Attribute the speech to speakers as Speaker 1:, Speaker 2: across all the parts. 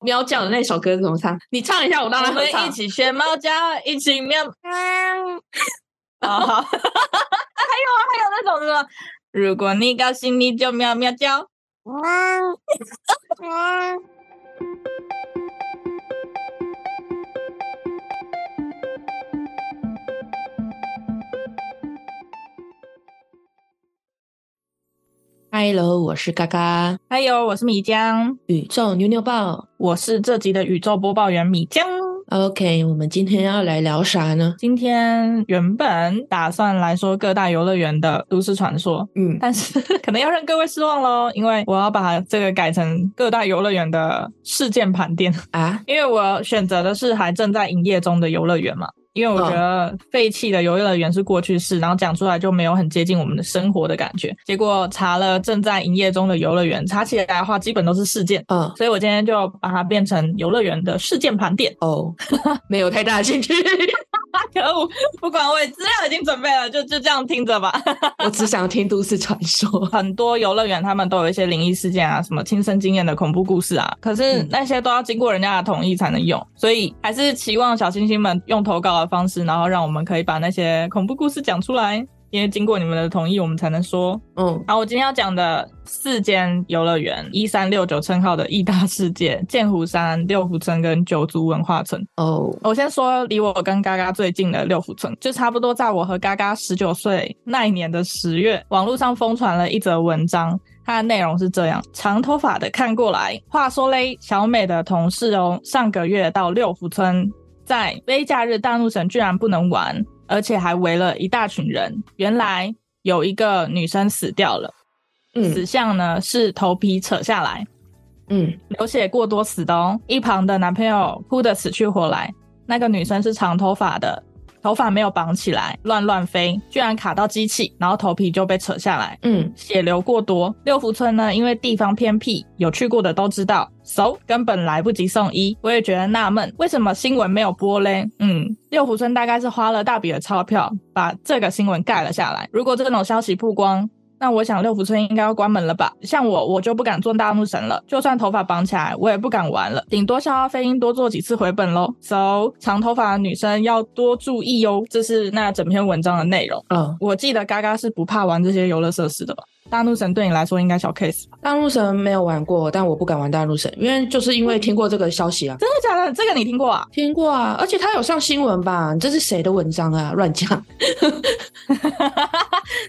Speaker 1: 喵叫的那首歌怎么唱？你唱一下，我让他
Speaker 2: 我
Speaker 1: 合
Speaker 2: 们
Speaker 1: 唱
Speaker 2: 一。起学猫叫，一起喵。啊，好还有啊还有那种什么，如果你高兴你就喵喵叫。
Speaker 1: Hello，我是嘎嘎
Speaker 2: 还有，我是米江，
Speaker 1: 宇宙牛牛报。
Speaker 2: 我是这集的宇宙播报员米江。
Speaker 1: OK，我们今天要来聊啥呢？
Speaker 2: 今天原本打算来说各大游乐园的都市传说，
Speaker 1: 嗯，
Speaker 2: 但是可能要让各位失望喽，因为我要把这个改成各大游乐园的事件盘点，
Speaker 1: 啊，
Speaker 2: 因为我选择的是还正在营业中的游乐园嘛。因为我觉得废弃的游乐园是过去式，然后讲出来就没有很接近我们的生活的感觉。结果查了正在营业中的游乐园，查起来的话基本都是事件，
Speaker 1: 嗯，
Speaker 2: 所以我今天就把它变成游乐园的事件盘点。
Speaker 1: 哦，没有太大的兴 趣，
Speaker 2: 啊，可恶！不管我也资料已经准备了，就就这样听着吧。
Speaker 1: 我只想听都市传说。
Speaker 2: 很多游乐园他们都有一些灵异事件啊，什么亲身经验的恐怖故事啊，可是
Speaker 1: 嗯
Speaker 2: 那些都要经过人家的同意才能用，所以还是期望小星星们用投稿的方式，然后让我们可以把那些恐怖故事讲出来。因为经过你们的同意，我们才能说。
Speaker 1: 嗯，
Speaker 2: 好，我今天要讲的四间游乐园：一三六九称号的义大世界、剑湖山、六福村跟九族文化村。
Speaker 1: 哦，
Speaker 2: 我先说离我跟嘎嘎最近的六福村，就差不多在我和嘎嘎十九岁那一年的十月，网络上疯传了一则文章。它的内容是这样：长头发的看过来。话说嘞，小美的同事哦，上个月到六福村，在非假日大怒神居然不能玩，而且还围了一大群人。原来有一个女生死掉了，
Speaker 1: 嗯
Speaker 2: 死相呢是头皮扯下来，
Speaker 1: 嗯，
Speaker 2: 流血过多死的哦。一旁的男朋友哭得死去活来，那个女生是长头发的，头发没有绑起来，乱乱飞，居然卡到机器，然后头皮就被扯下来。
Speaker 1: 嗯，
Speaker 2: 血流过多，六福村呢，因为地方偏僻，有去过的都知道，so, 根本来不及送医。我也觉得纳闷，为什么新闻没有播嘞？嗯，六福村大概是花了大笔的钞票把这个新闻盖了下来。如果这种消息曝光，那我想六福村应该要关门了吧？像我，我就不敢做大怒神了，就算头发绑起来，我也不敢玩了，顶多消耗飞鹰多做几次回本喽。so, 长头发的女生要多注意哟、这是那整篇文章的内容。
Speaker 1: 哦，
Speaker 2: 我记得嘎嘎是不怕玩这些游乐设施的吧？大怒神对你来说应该小 case 吧？
Speaker 1: 大陆神没有玩过，但我不敢玩大陆神，因为就是因为听过这个消息啊，
Speaker 2: 真的假的？这个你听过啊？
Speaker 1: 听过啊，而且他有上新闻吧？你这是谁的文章啊？乱讲。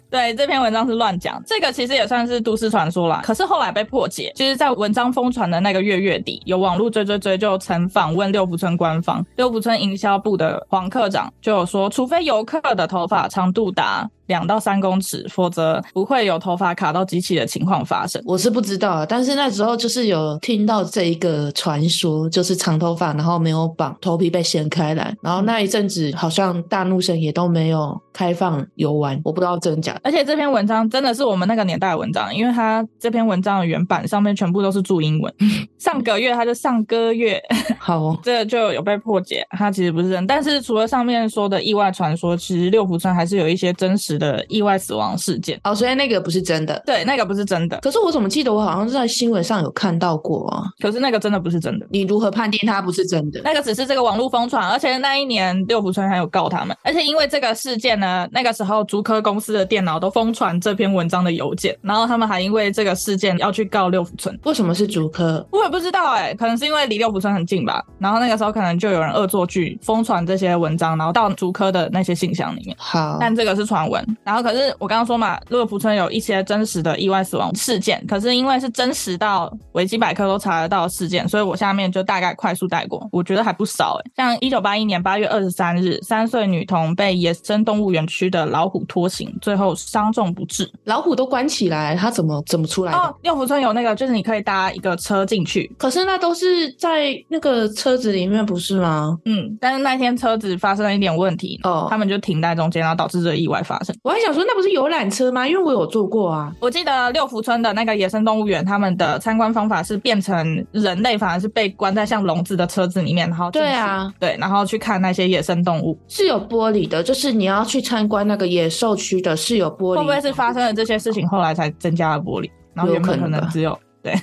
Speaker 2: 对，这篇文章是乱讲，这个其实也算是都市传说啦。可是后来被破解，就是在文章疯传的那个月月底，有网络追追追就曾访问六福村官方，六福村营销部的黄科长就有说，除非游客的头发长度达两到三公尺，否则不会有头发卡到机器的情况发生。
Speaker 1: 我是不知道，啊但是那时候就是有听到这一个传说，就是长头发然后没有绑，头皮被掀开来，然后
Speaker 2: 嗯
Speaker 1: 那一阵子好像大陆生也都没有开放游玩，我不知道真假。
Speaker 2: 而且这篇文章真的是我们那个年代的文章，因为它这篇文章的原版上面全部都是注英文。上个月它就上个月，
Speaker 1: 好哦，
Speaker 2: 这就有被破解，它其实不是真。但是除了上面说的意外传说，其实六福村还是有一些真实的意外死亡事件。
Speaker 1: 哦，所以那个不是真的。
Speaker 2: 对，那个不是真的，
Speaker 1: 可是我怎么记得我好像是在新闻上有看到过啊？
Speaker 2: 可是那个真的不是真的。
Speaker 1: 你如何判定它不是真的？
Speaker 2: 那个只是这个网络疯传，而且那一年六福村还有告他们，而且因为这个事件呢，那个时候竹科公司的电脑都疯传这篇文章的邮件，然后他们还因为这个事件要去告六福村。
Speaker 1: 为什么是竹科？
Speaker 2: 我也不知道哎、可能是因为离六福村很近吧。然后那个时候可能就有人恶作剧，疯传这些文章，然后到竹科的那些信箱里面。
Speaker 1: 好，
Speaker 2: 但这个是传闻。然后可是我刚刚说嘛，六福村有一些真实的意外死亡事件，可是因为是真实到维基百科都查得到的事件，所以我下面就大概快速带过。我觉得还不少哎、像一九八一年八月二十三日，三岁女童被野生动物园区的老虎拖行，最后伤重不治。
Speaker 1: 老虎都关起来，它怎么怎么出来的？
Speaker 2: 哦，六福村有那个，就是你可以搭一个车进去，
Speaker 1: 可是那都是在那个车子里面，不是吗？
Speaker 2: 嗯，但是那天车子发生了一点问题，
Speaker 1: 哦
Speaker 2: 他们就停在中间，然后导致这个意外发生。
Speaker 1: 我还想说，那不是游览车吗？因为我有坐过啊。
Speaker 2: 我记得六福村的那个野生动物园，他们的参观方法是变成人类反而是被关在像笼子的车子里面，然后进去
Speaker 1: 对啊，
Speaker 2: 对，然后去看那些野生动物。
Speaker 1: 是有玻璃的，就是你要去参观那个野兽区的，是有玻璃。
Speaker 2: 会不会是发生了这些事情，后来才增加了玻璃？然后原本可
Speaker 1: 有可能
Speaker 2: 能
Speaker 1: 吧
Speaker 2: 只有对，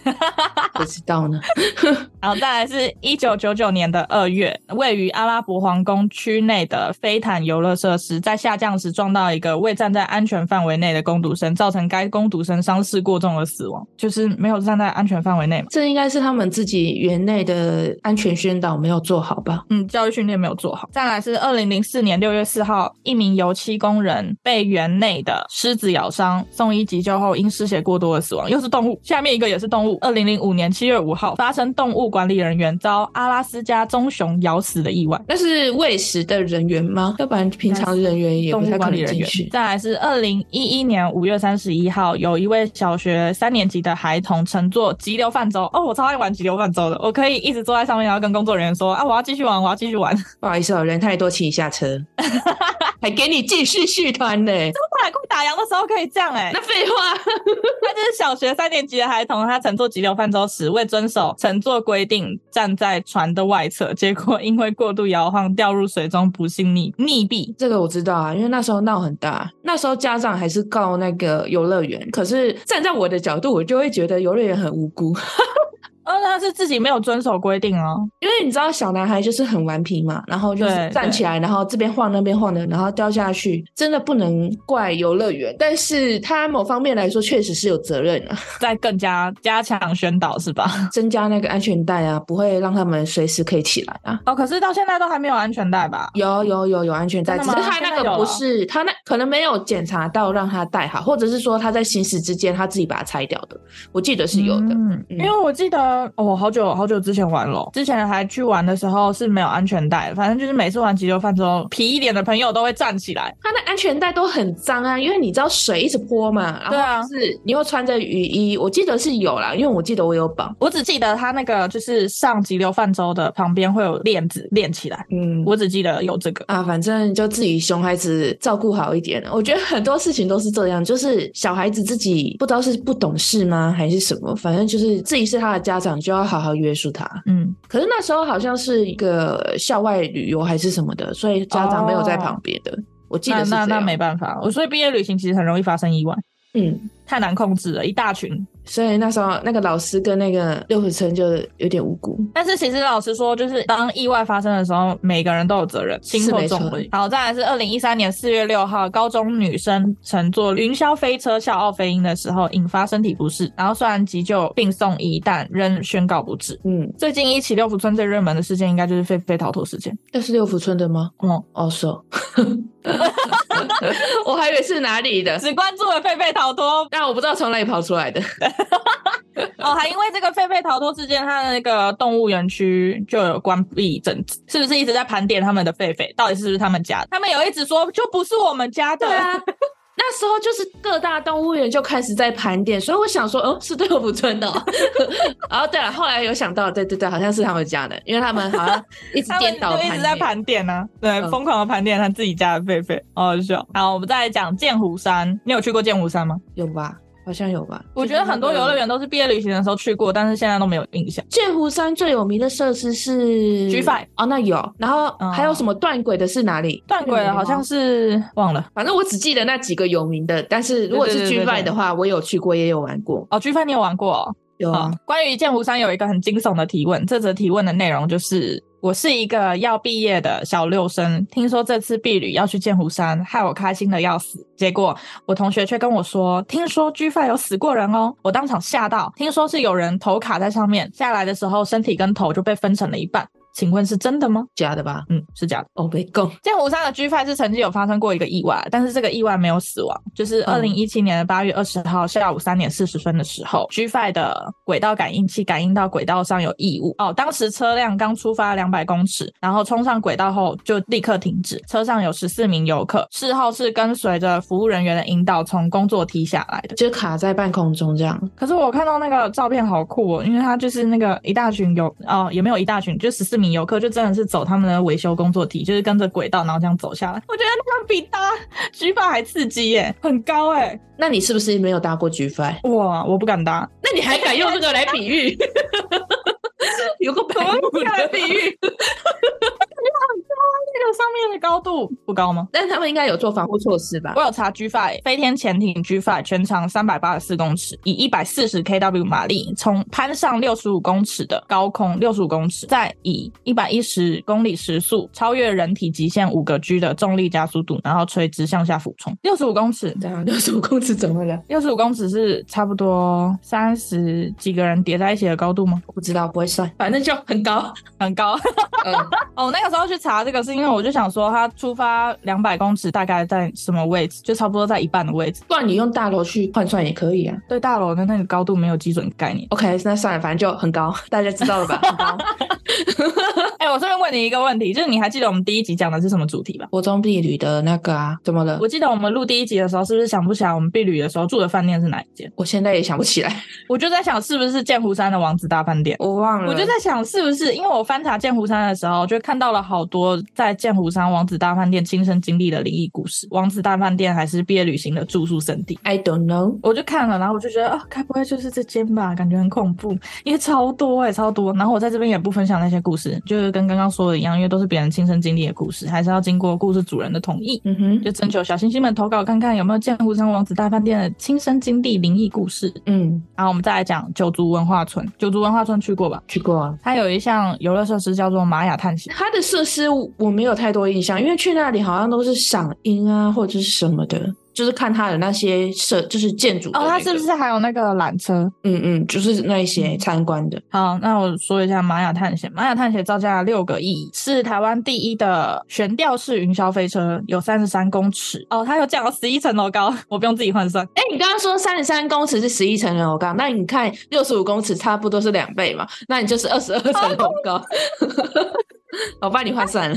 Speaker 1: 不知道呢。
Speaker 2: 然后再来是一九九九年的二月，位于阿拉伯皇宫区内的飞毯游乐设施，在下降时撞到一个未站在安全范围内的攻读生，造成该攻读生伤势过重而死亡，就是没有站在安全范围内嘛。
Speaker 1: 这应该是他们自己园内的安全宣导没有做好吧？
Speaker 2: 嗯，教育训练没有做好。再来是二零零四年六月四号，一名油漆工人被园内的狮子咬伤，送医急救后因失血过多而死亡，又是动物。下面一个也是动物。二零零五年七月五号，发生动物管理人员遭阿拉斯加棕熊咬死的意外。
Speaker 1: 那是喂食的人员吗？要不然平常人员也
Speaker 2: 动
Speaker 1: 不
Speaker 2: 物
Speaker 1: 太可
Speaker 2: 管理
Speaker 1: 能
Speaker 2: 人
Speaker 1: 进
Speaker 2: 员
Speaker 1: 去。
Speaker 2: 再来是二零一一年五月三十一号，有一位小学三年级的孩童乘坐急流泛舟。哦，我超爱玩急流泛舟的，我可以一直坐在上面，然后跟工作人员说啊，我要继续玩，我要继续玩。
Speaker 1: 不好意思哦，人太多，请你下车。 还给你继续续团呢？
Speaker 2: 后来快打烊的时候可以这样哎、
Speaker 1: 那废话，
Speaker 2: 他就是小学三年级的孩童，他乘坐急流泛舟时未遵守乘坐规定，站在船的外侧，结果因为过度摇晃掉入水中，不幸溺溺毙。
Speaker 1: 这个我知道啊，因为那时候闹很大，那时候家长还是告那个游乐园。可是站在我的角度，我就会觉得游乐园很无辜，
Speaker 2: 而他哦是自己没有遵守规定哦，
Speaker 1: 因为你知道小男孩就是很顽皮嘛，然后就是
Speaker 2: 对
Speaker 1: 站起来，然后这边晃那边晃的，然后掉下去，真的不能怪游乐园，但是他某方面来说确实是有责任 啊，
Speaker 2: 再更加加强宣导是吧？
Speaker 1: 增加那个安全带啊，不会让他们随时可以起来啊。
Speaker 2: 哦，可是到现在都还没有安全带吧？
Speaker 1: 有有有有安全带，只
Speaker 2: 真
Speaker 1: 是
Speaker 2: 的吗
Speaker 1: 他
Speaker 2: 现
Speaker 1: 那
Speaker 2: 在
Speaker 1: 个
Speaker 2: 有啊
Speaker 1: 不
Speaker 2: 了
Speaker 1: 是他那可能没有检查到让他戴好，或者是说他在行驶之间他自己把它拆掉的，我记得是有的。
Speaker 2: 嗯因为我记得哦，我好久好久之前玩了，之前还去玩的时候是没有安全带，反正就是每次玩急流泛舟，皮一点的朋友都会站起来，
Speaker 1: 他的安全带都很脏啊，因为你知道水一直泼嘛，
Speaker 2: 对
Speaker 1: 然
Speaker 2: 啊
Speaker 1: 后就是你又穿着雨衣，我记得是有啦，因为我记得我有绑，
Speaker 2: 我只记得他那个就是上急流泛舟的旁边会有链子链起来，
Speaker 1: 嗯。
Speaker 2: 我只记得有这个。
Speaker 1: 啊，反正就自己熊孩子照顾好一点。我觉得很多事情都是这样，就是小孩子自己不知道是不懂事吗，还是什么，反正就是自己是他的家长，就要好好约束他。
Speaker 2: 嗯，
Speaker 1: 可是那时候好像是一个校外旅游还是什么的，所以家长没有在
Speaker 2: 哦
Speaker 1: 旁边的。我记
Speaker 2: 那
Speaker 1: 得是这
Speaker 2: 那
Speaker 1: 样。
Speaker 2: 那没办法，我所以毕业旅行其实很容易发生意外，
Speaker 1: 嗯，
Speaker 2: 太难控制了，一大群。
Speaker 1: 所以那时候那个老师跟那个六福村就有点无辜。
Speaker 2: 但是其实老实说，就是当意外发生的时候，每个人都有责任，轻或
Speaker 1: 没错
Speaker 2: 重而已。好，再来是二零一三年四月六号，高中女生乘坐云霄飞车笑傲飞鹰的时候，引发身体不适，然后虽然急救并送医，但仍宣告不治。
Speaker 1: 嗯，
Speaker 2: 最近一起六福村最热门的事件，应该就是狒狒逃脱事件。
Speaker 1: 那是六福村的吗？
Speaker 2: 嗯，
Speaker 1: 哦，是哦， 我还以为是哪里的，
Speaker 2: 只关注了狒狒逃脱
Speaker 1: 但我不知道从哪里跑出来的。
Speaker 2: 哦，还因为这个狒狒逃脱事件，它的那个动物园区就有关闭一阵子，是不是一直在盘点他们的狒狒到底是不是他们家的？他们有一直说就不是我们家的，
Speaker 1: 对 啊。那时候就是各大动物园就开始在盘点，所以我想说，哦，是对我不村的、 哦。然后对了，后来有想到，对对对，好像是他们家的，因为他们好像一直
Speaker 2: 他们
Speaker 1: 颠倒
Speaker 2: 就一直在
Speaker 1: 点
Speaker 2: 盘点呢、对，
Speaker 1: 嗯
Speaker 2: 疯狂的盘点他自己家的狒狒，好好笑。好，我们再来讲剑湖山，你有去过剑湖山吗？
Speaker 1: 有吧？好像有吧？
Speaker 2: 我觉得很多游乐
Speaker 1: 园，
Speaker 2: 园都是毕业旅行的时候去过，但是现在都没有印象。
Speaker 1: 剑湖山最有名的设施是
Speaker 2: G5
Speaker 1: 哦，那有。然后
Speaker 2: 嗯
Speaker 1: 还有什么断轨的是哪里？
Speaker 2: 断轨了，好像是忘了。
Speaker 1: 反正我只记得那几个有名的，但是如果是
Speaker 2: 对对
Speaker 1: G
Speaker 2: 对对
Speaker 1: Five
Speaker 2: 对
Speaker 1: 的话，我有去过，也有玩过。
Speaker 2: 哦，居帆你有玩过、哦？
Speaker 1: 有
Speaker 2: 好
Speaker 1: 啊，，
Speaker 2: 关于剑湖山有一个很惊悚的提问，这则提问的内容就是：我是一个要毕业的小六生，听说这次毕旅要去剑湖山，害我开心的要死。结果我同学却跟我说，听说 G f 有死过人哦，我当场吓到，听说是有人头卡在上面，下来的时候身体跟头就被分成了一半。请问是真的吗？
Speaker 1: 假的吧？
Speaker 2: 嗯，是假的。
Speaker 1: 哦，没够。
Speaker 2: 剑湖山的 G Five 是曾经有发生过一个意外，但是这个意外没有死亡，就是二
Speaker 1: 嗯
Speaker 2: 零一七年的八月二十号下午三点四十分的时候，G Five 的轨道感应器感应到轨道上有异物哦，当时车辆刚出发两百公尺，然后冲上轨道后就立刻停止，车上有十四名游客，事后是跟随着服务人员的引导从工作梯下来的。
Speaker 1: 就卡在半空中这样，
Speaker 2: 可是我看到那个照片好酷哦，因为他就是那个一大群游哦，也没有一大群，就十四名游客，就真的是走他们的维修工作体，就是跟着轨道然后这样走下来。我觉得那个比搭 G 法还刺激耶，很高哎，
Speaker 1: 那你是不是没有搭过 G Five？
Speaker 2: 哇，我不敢搭，
Speaker 1: 那你还敢用这个来比喻？ 有个白目
Speaker 2: 怎么
Speaker 1: 的
Speaker 2: 敢比喻？那个上面的高高度不高吗？
Speaker 1: 但他们应该有做防护措施吧
Speaker 2: 我？有查 G Five 飞天潜艇 G Five 全长三百八十四公尺，以一百四十 kW 马力从攀上六十五公尺的高空六十五公尺，再以一百一十公里时速超越人体极限五个 G 的重力加速度，然后垂直向下俯冲六十五公尺。
Speaker 1: 这样六十五公尺怎么了？
Speaker 2: 六十五公尺是差不多三十几个人叠在一起的高度吗？
Speaker 1: 我不知道，不会算，反正就很高。
Speaker 2: 很高
Speaker 1: 嗯，
Speaker 2: 哦。那个时候去查这个，是因为我就想说，它出发两百公尺大概在什么位置，就差不多在一半的位置。
Speaker 1: 不然你用大楼去换算也可以啊。
Speaker 2: 对大楼的那个高度没有基准概念。
Speaker 1: OK，那算了，反正就很高，大家知道了 吧？很高。
Speaker 2: 哎、我顺便问你一个问题，就是你还记得我们第一集讲的是什么主题吧？
Speaker 1: 国中避旅的那个啊，怎么了？
Speaker 2: 我记得我们录第一集的时候，是不是想不起来我们避旅的时候住的饭店是哪一间？
Speaker 1: 我现在也想不起来，
Speaker 2: 我就在想，是不是剑湖山的王子大饭店？
Speaker 1: 我忘了。
Speaker 2: 我就在想，是不是因为我翻查剑湖山的时候，就看到了好多在剑湖山王子大饭店亲身经历的灵异故事。王子大饭店还是毕业旅行的住宿圣地，
Speaker 1: I don't know。
Speaker 2: 我就看了，然后我就觉得啊，该不会就是这间吧？感觉很恐怖，因为超多哎、超多。然后我在这边也不分享那些故事，就是跟刚刚说的一样，因为都是别人亲身经历的故事，还是要经过故事主人的同意。
Speaker 1: 嗯哼，
Speaker 2: 就征求小星星们投稿，看看有没有剑湖山王子大饭店的亲身经历灵异故事。
Speaker 1: 嗯，
Speaker 2: 然后我们再来讲九族文化村，九族文化村去过吧？
Speaker 1: 去过啊。
Speaker 2: 它有一项游乐设施叫做玛雅探险。
Speaker 1: 它的设施我没有太多印象，因为去那里好像都是赏樱啊，或者是什么的，就是看它的那些设，就是建筑的
Speaker 2: 哦，
Speaker 1: 那
Speaker 2: 它
Speaker 1: 个
Speaker 2: 是不？是还有那个缆车？
Speaker 1: 嗯嗯，就是那一些参观的。
Speaker 2: 好，那我说一下玛雅探险。玛雅探险造价六个亿，是台湾第一的悬吊式云霄飞车，有三十三公尺哦，它有降到十一层楼高，我不用自己换算。
Speaker 1: 哎、你刚刚说三十三公尺是十一层楼高，那你看六十五公尺差不多是两倍嘛，那你就是二十二层楼 高。我帮你换算了，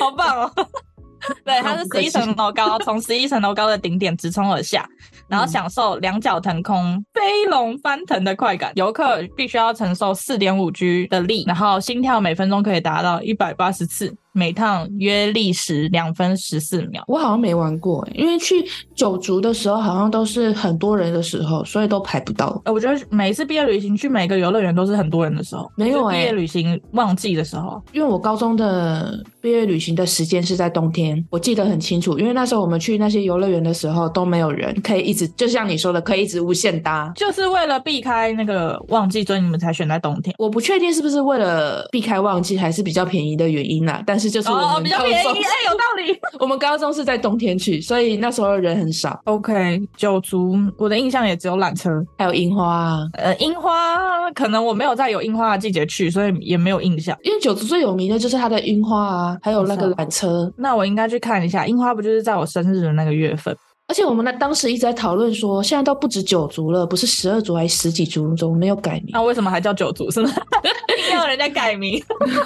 Speaker 2: 好棒哦！ 对，它是
Speaker 1: 不客
Speaker 2: 十
Speaker 1: 气
Speaker 2: 一层楼高，从十一层楼高的顶点直冲而下，然后
Speaker 1: 嗯
Speaker 2: 享受两脚腾空、飞龙翻腾的快感。游客必须要承受四点五 G 的力，然后心跳每分钟可以达到一百八十次，每趟约历时两分十四秒。
Speaker 1: 我好像没玩过、欸，因为去九族的时候好像都是很多人的时候，所以都排不到。
Speaker 2: 呃，我觉得每一次毕业旅行去每个游乐园都是很多人的时候，
Speaker 1: 没有
Speaker 2: 就是
Speaker 1: 欸
Speaker 2: 毕业旅行旺季的时候，
Speaker 1: 因为我高中的毕业旅行的时间是在冬天，我记得很清楚，因为那时候我们去那些游乐园的时候都没有人，可以一直就像你说的，可以一直无限搭。
Speaker 2: 就是为了避开那个旺季，所以你们才选在冬天。
Speaker 1: 我不确定是不是为了避开旺季，还是比较便宜的原因啦。但是就是我
Speaker 2: 哦，
Speaker 1: 们
Speaker 2: 比较
Speaker 1: 高
Speaker 2: 便宜，哎、
Speaker 1: 中，
Speaker 2: 有道理。
Speaker 1: 我们高中是在冬天去，所以那时候人很少，
Speaker 2: OK，九族，我的印象也只有缆车，
Speaker 1: 还有樱花、啊。
Speaker 2: 呃，樱花可能我没有在有樱花的季节去，所以也没有印象。
Speaker 1: 因为九族最有名的就是它的樱花啊，还有那个
Speaker 2: 没错
Speaker 1: 缆车。
Speaker 2: 那我应该去看一下，樱花不就是在我生日的那个月份？
Speaker 1: 而且我们那当时一直在讨论说，现在都不止九族了，不是十二族还是十几族，怎么没有改名
Speaker 2: 那、？为什么还叫九族？是吗？ 硬要人家改名？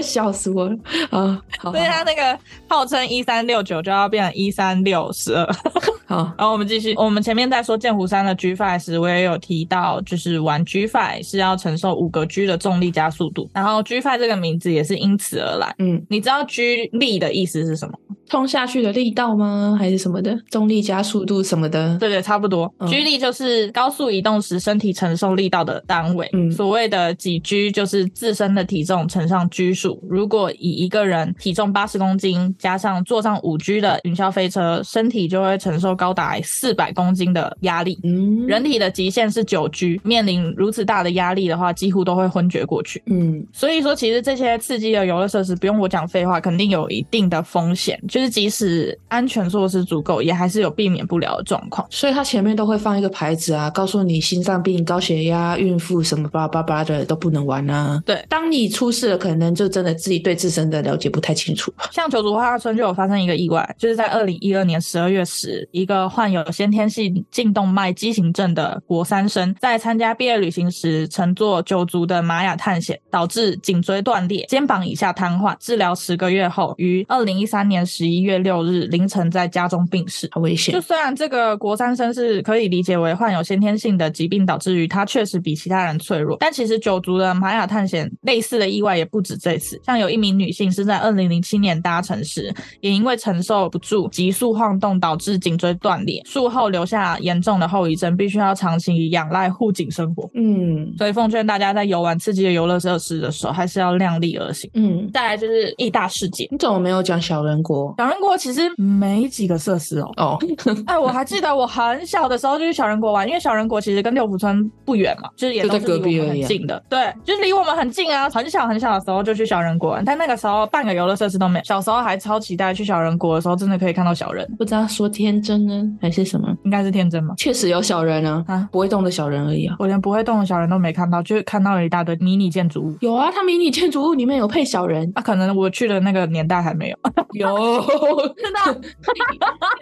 Speaker 1: 笑死我了啊！好
Speaker 2: 所以他那个号称一三六九就要变成一三六十二。
Speaker 1: 好好，
Speaker 2: 然后我们继续，我们前面在说剑湖山的 G Five 时，我也有提到，就是玩 G Five 是要承受五个 G 的重力加速度，然后 G Five 这个名字也是因此而来。
Speaker 1: 嗯，
Speaker 2: 你知道 G 力的意思是什么吗？
Speaker 1: 冲下去的力道吗？还是什么的？重力加速度什么的？
Speaker 2: 对对，差不多。
Speaker 1: 嗯
Speaker 2: G 力就是高速移动时身体承受力道的单位。
Speaker 1: 嗯
Speaker 2: 所谓的几 G 就是自身的体重乘上 G 数。如果以一个人体重八十公斤，加上坐上五 G 的云霄飞车，身体就会承受高达四百公斤的压力。
Speaker 1: 嗯，
Speaker 2: 人体的极限是九 G，面临如此大的压力的话，几乎都会昏厥过去。
Speaker 1: 嗯
Speaker 2: 所以说，其实这些刺激的游乐设施，不用我讲废话，肯定有一定的风险。就是即使安全措施足够，也还是有避免不了的状况。
Speaker 1: 所以它前面都会放一个牌子啊，告诉你心脏病、高血压、孕妇什么巴拉巴拉的都不能玩啊。
Speaker 2: 对
Speaker 1: 当你出事了，可能就真的自己对自身的了解不太清楚。
Speaker 2: 像九族花村就有发生一个意外，就是在二零一二年十二月时，一个患有先天性颈动脉畸形症的国三生，在参加毕业旅行时乘坐九族的玛雅探险，导致颈椎断裂、肩膀以下瘫痪，治疗十个月后，于二零一三年十十一月六日凌晨在家中病逝。
Speaker 1: 好危险
Speaker 2: 就。虽然这个国三生是可以理解为患有先天性的疾病导致于他确实比其他人脆弱，但其实九族的玛雅探险类似的意外也不止这次。像有一名女性是在二零零七年搭乘时，也因为承受不住急速晃动导致颈椎断裂，术后留下严重的后遗症，必须要长期仰赖护颈生活。
Speaker 1: 嗯
Speaker 2: 所以奉劝大家在游玩刺激的游乐设施的时候，还是要量力而行。
Speaker 1: 嗯，
Speaker 2: 再来就是义大世界，
Speaker 1: 你怎么没有讲小人国？
Speaker 2: 小人国其实没几个设施哦，
Speaker 1: 哦，
Speaker 2: 哎，我还记得我很小的时候就去小人国玩，因为小人国其实跟六福村不远嘛，就是也
Speaker 1: 就
Speaker 2: 都
Speaker 1: 在
Speaker 2: 是
Speaker 1: 隔
Speaker 2: 离
Speaker 1: 壁
Speaker 2: 我们
Speaker 1: 而已
Speaker 2: 很
Speaker 1: 啊
Speaker 2: 近的。对，就是离我们很近啊。很小很小的时候就去小人国玩，但那个时候半个游乐设施都没有。小时候还超期待去小人国的时候，真的可以看到小人，
Speaker 1: 不知道说天真呢还是什么？
Speaker 2: 应该是天真嘛。
Speaker 1: 确实有小人啊，
Speaker 2: 啊
Speaker 1: 不会动的小人而已啊。
Speaker 2: 我连不会动的小人都没看到，就是看到了一大堆迷你建筑物。，
Speaker 1: 有啊，它迷你建筑物里面有配小人
Speaker 2: 啊，可能我去的那个年代还没有，
Speaker 1: 哦有，
Speaker 2: 真的。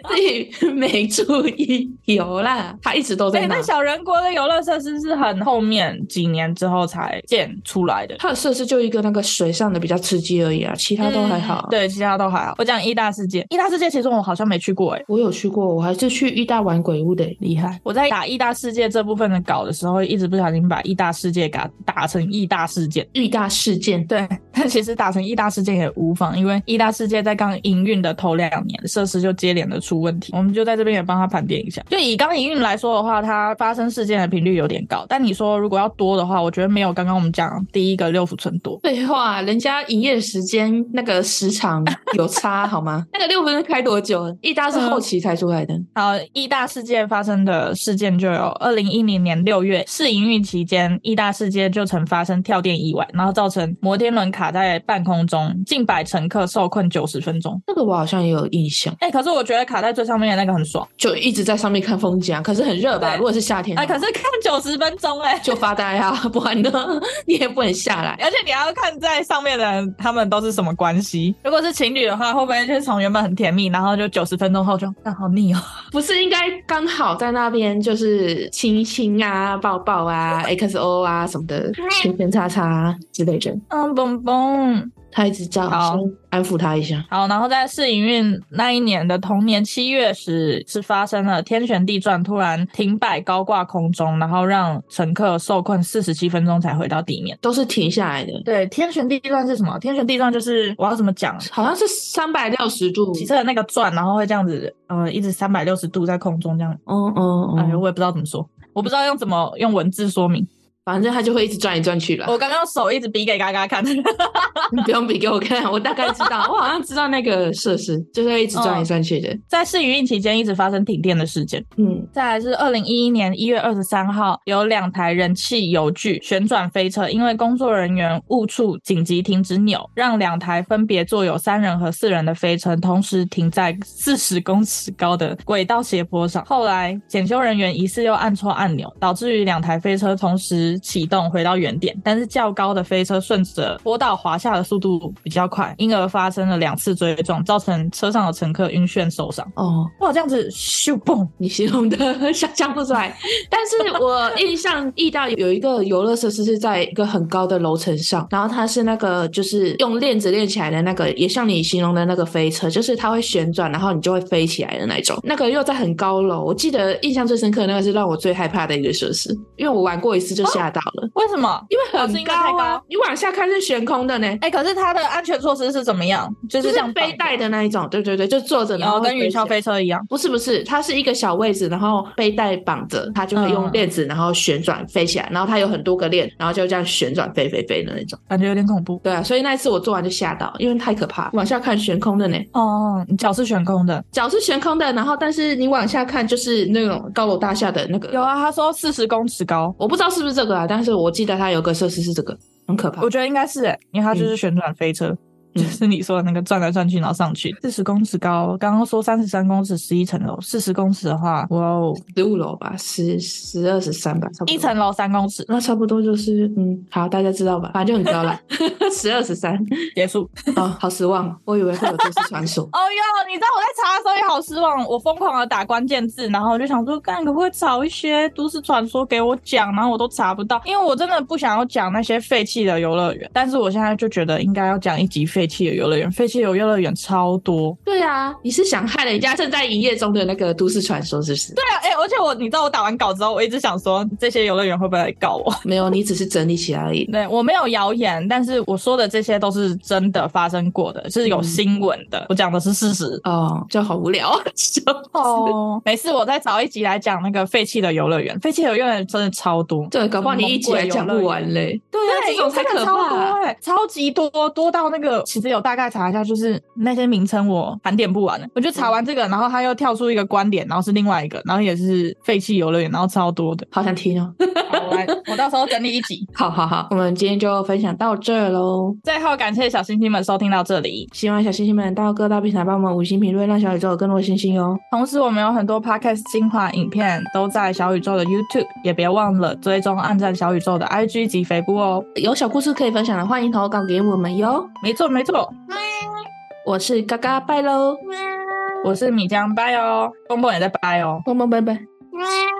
Speaker 1: 自己没注意，有啦，它一直都
Speaker 2: 对，
Speaker 1: 在
Speaker 2: 那
Speaker 1: 那。
Speaker 2: 小人国的游乐设施是很后面几年之后才建出来的。
Speaker 1: 它的设施就一个那个水上的比较刺激而已啊，其他都还好。
Speaker 2: 嗯，对，其他都还好。我讲一大世界，一大世界其实我好像没去过诶、欸
Speaker 1: 我有去过，我还是去意大玩鬼屋的、
Speaker 2: 厉害！我在打“意大世界”这部分的稿的时候，一直不小心把“意大世界”给它打成“意大事件
Speaker 1: 意大事件”。。
Speaker 2: 对，但其实打成“意大事件”也无妨，因为“意大世界”在刚营运的头两年，设施就接连的出问题。我们就在这边也帮他盘点一下。就以刚营运来说的话，它发生事件的频率有点高，但你说如果要多的话，我觉得没有刚刚我们讲第一个六福村多。
Speaker 1: 废话，人家营业时间那个时长有差好吗？ 嗯那个六分钟开多久？意大是后期才出来的，
Speaker 2: 好，义大事件发生的事件就有二零一零年六月试营运期间，义大事件就曾发生跳电意外，然后造成摩天轮卡在半空中，近百乘客受困九十分钟。
Speaker 1: 那个我好像也有印象，
Speaker 2: 哎、可是我觉得卡在最上面的那个很爽，
Speaker 1: 就一直在上面看风景啊。可是很热吧？
Speaker 2: 对
Speaker 1: 如果是夏天的
Speaker 2: 哎、
Speaker 1: 话，
Speaker 2: 可是看九十分钟哎、
Speaker 1: 就发呆啊， 不然呢，你也不能下来。
Speaker 2: 而且你还要看在上面的人他们都是什么关系。如果是情侣的话，会不会就是从原本很甜蜜，然后就九十分钟后就那好腻哦？
Speaker 1: 不是应该刚好在那边就是亲亲啊、抱抱啊、XO 啊什么的，圈圈叉叉之类的。
Speaker 2: 嗯，蹦蹦。
Speaker 1: 他一直叫，
Speaker 2: 好
Speaker 1: 先安抚他一下。
Speaker 2: 好，然后在试营运那一年的同年七月时，是发生了天旋地转，突然停摆高挂空中，然后让乘客受困四十七分钟才回到地面。
Speaker 1: 都是停下来的，
Speaker 2: 对，天旋地转是什么？天旋地转就是我要怎么讲？
Speaker 1: 好像是三百六十度。
Speaker 2: 嗯骑车的那个转，然后会这样子，呃，一直三百六十度在空中这样。
Speaker 1: 嗯嗯
Speaker 2: 哎，
Speaker 1: 嗯，
Speaker 2: 我也不知道怎么说，我不知道用怎么用文字说明。
Speaker 1: 反正他就会一直转来转去了。
Speaker 2: 我刚刚手一直比给嘎嘎看。
Speaker 1: 你 不用比给我看，我大概知道，我好像知道那个设施就是会一直转来转去的。
Speaker 2: 在试营运期间，一直发生停电的事件。
Speaker 1: 嗯，
Speaker 2: 再来是二零一一年一月二十三号，有两台人气油锯旋转飞车，因为工作人员误触紧急停止钮，让两台分别坐有三人和四人的飞车同时停在四十公尺高的轨道斜坡上。后来检修人员疑似又按错按钮，导致于两台飞车同时启动回到原点，但是较高的飞车顺着坡道滑下的速度比较快，因而发生了两次追撞，造成车上的乘客晕眩受伤。
Speaker 1: 哦，
Speaker 2: 哇，这样子咻蹦！
Speaker 1: 你形容的 想象不出来，但是我印象意大有一个游乐设施是在一个很高的楼层上，然后它是那个就是用链子链起来的那个，也像你形容的那个飞车，就是它会旋转，然后你就会飞起来的那种。那个又在很高楼，我记得印象最深刻的那个是让我最害怕的一个设施，因为我玩过一次就吓到了。
Speaker 2: 为什么？
Speaker 1: 因为
Speaker 2: 哦是
Speaker 1: 很
Speaker 2: 因为太
Speaker 1: 高啊，
Speaker 2: 高
Speaker 1: 你往下看是悬空的呢，
Speaker 2: 哎、可是它的安全措施是怎么样？就
Speaker 1: 就是是
Speaker 2: 像
Speaker 1: 背带的那一种，对对对，就坐着
Speaker 2: 绑着，
Speaker 1: 然
Speaker 2: 然
Speaker 1: 后
Speaker 2: 后跟
Speaker 1: 会
Speaker 2: 云霄
Speaker 1: 起来
Speaker 2: 飞车一样。
Speaker 1: 不是不是，它是一个小位置，然后背带绑着，它就可以
Speaker 2: 嗯
Speaker 1: 用链子，然后旋转飞起来，然后它有很多个链，然后就这样旋转飞飞飞的那种。
Speaker 2: 感觉有点恐怖
Speaker 1: 对啊，所以那一次我做完就吓到，因为太可怕，往下看悬空的呢，
Speaker 2: 哦。你脚是悬空的，
Speaker 1: 脚是悬空的，然后但是你往下看就是那种高楼大厦的那个，
Speaker 2: 有啊，他说四十公尺高，
Speaker 1: 我不知道是不是这个啊，但是我记得它有个设施是这个，很可怕
Speaker 2: 我。觉得应该是、欸，因为它就是旋转飞车。
Speaker 1: 嗯
Speaker 2: 就是你说的那个转来转去，然后上去四十公尺高。刚刚说三十三公尺，十一层楼。四十公尺的话，哇哦，
Speaker 1: 十五楼吧，十十二十三吧，差不多。
Speaker 2: 一层楼三公尺
Speaker 1: 那差不多就是嗯，好，大家知道吧？反正就很高 了，十二十三
Speaker 2: 结束。
Speaker 1: 哦，好失望，我以为会有都市传说。
Speaker 2: 哦哟，你知道我在查的时候也好失望，我疯狂的打关键字，然后我就想说，干可不可以找一些都市传说给我讲，然后我都查不到，因为我真的不想要讲那些废弃的游乐园，但是我现在就觉得应该要讲一集废废弃的游乐园，废弃的游乐园超多。
Speaker 1: 对啊，你是想害了人家正在营业中的那个都市传说是不是？
Speaker 2: 对啊，哎、而且我你知道我打完稿之后，我一直想说这些游乐园会不会来告我？
Speaker 1: 没有，你只是整理起来而已。
Speaker 2: 对我没有谣言，但是我说的这些都是真的发生过的，是有
Speaker 1: 嗯
Speaker 2: 新闻的，我讲的是事实。
Speaker 1: 哦，就好无聊，就
Speaker 2: 哦，没事，我再找一集来讲那个废弃的游乐园。废弃的游乐园真的超多，
Speaker 1: 对，搞不好你一集还讲不完嘞。对啊，这种才
Speaker 2: 真的
Speaker 1: 可
Speaker 2: 超多
Speaker 1: 怕。。
Speaker 2: 哎、超级多，多到那个其实有大概查一下，就是那些名称我盘点不完了。我就查完这个，然后他又跳出一个观点，然后是另外一个，然后也是废弃游乐园，然后超多的
Speaker 1: 好想听哦！
Speaker 2: 好，我来，我到时候整理一集。
Speaker 1: 好好好，我们今天就分享到这喽。
Speaker 2: 最后感谢小星星们收听到这里，
Speaker 1: 希望小星星们到各大平台帮我们五星评论，让小宇宙有更多的星星哦。
Speaker 2: 同时我们有很多 podcast 精华影片都在小宇宙的 YouTube，也别忘了追踪、按赞小宇宙的 IG 及肥布哦。
Speaker 1: 有小故事可以分享的，欢迎投稿给我们哟。
Speaker 2: 没错没错，
Speaker 1: 我是嘎嘎，拜喽，
Speaker 2: 我是米江拜哦，蹦蹦也在拜哦。
Speaker 1: 蹦蹦拜拜。
Speaker 3: Meow.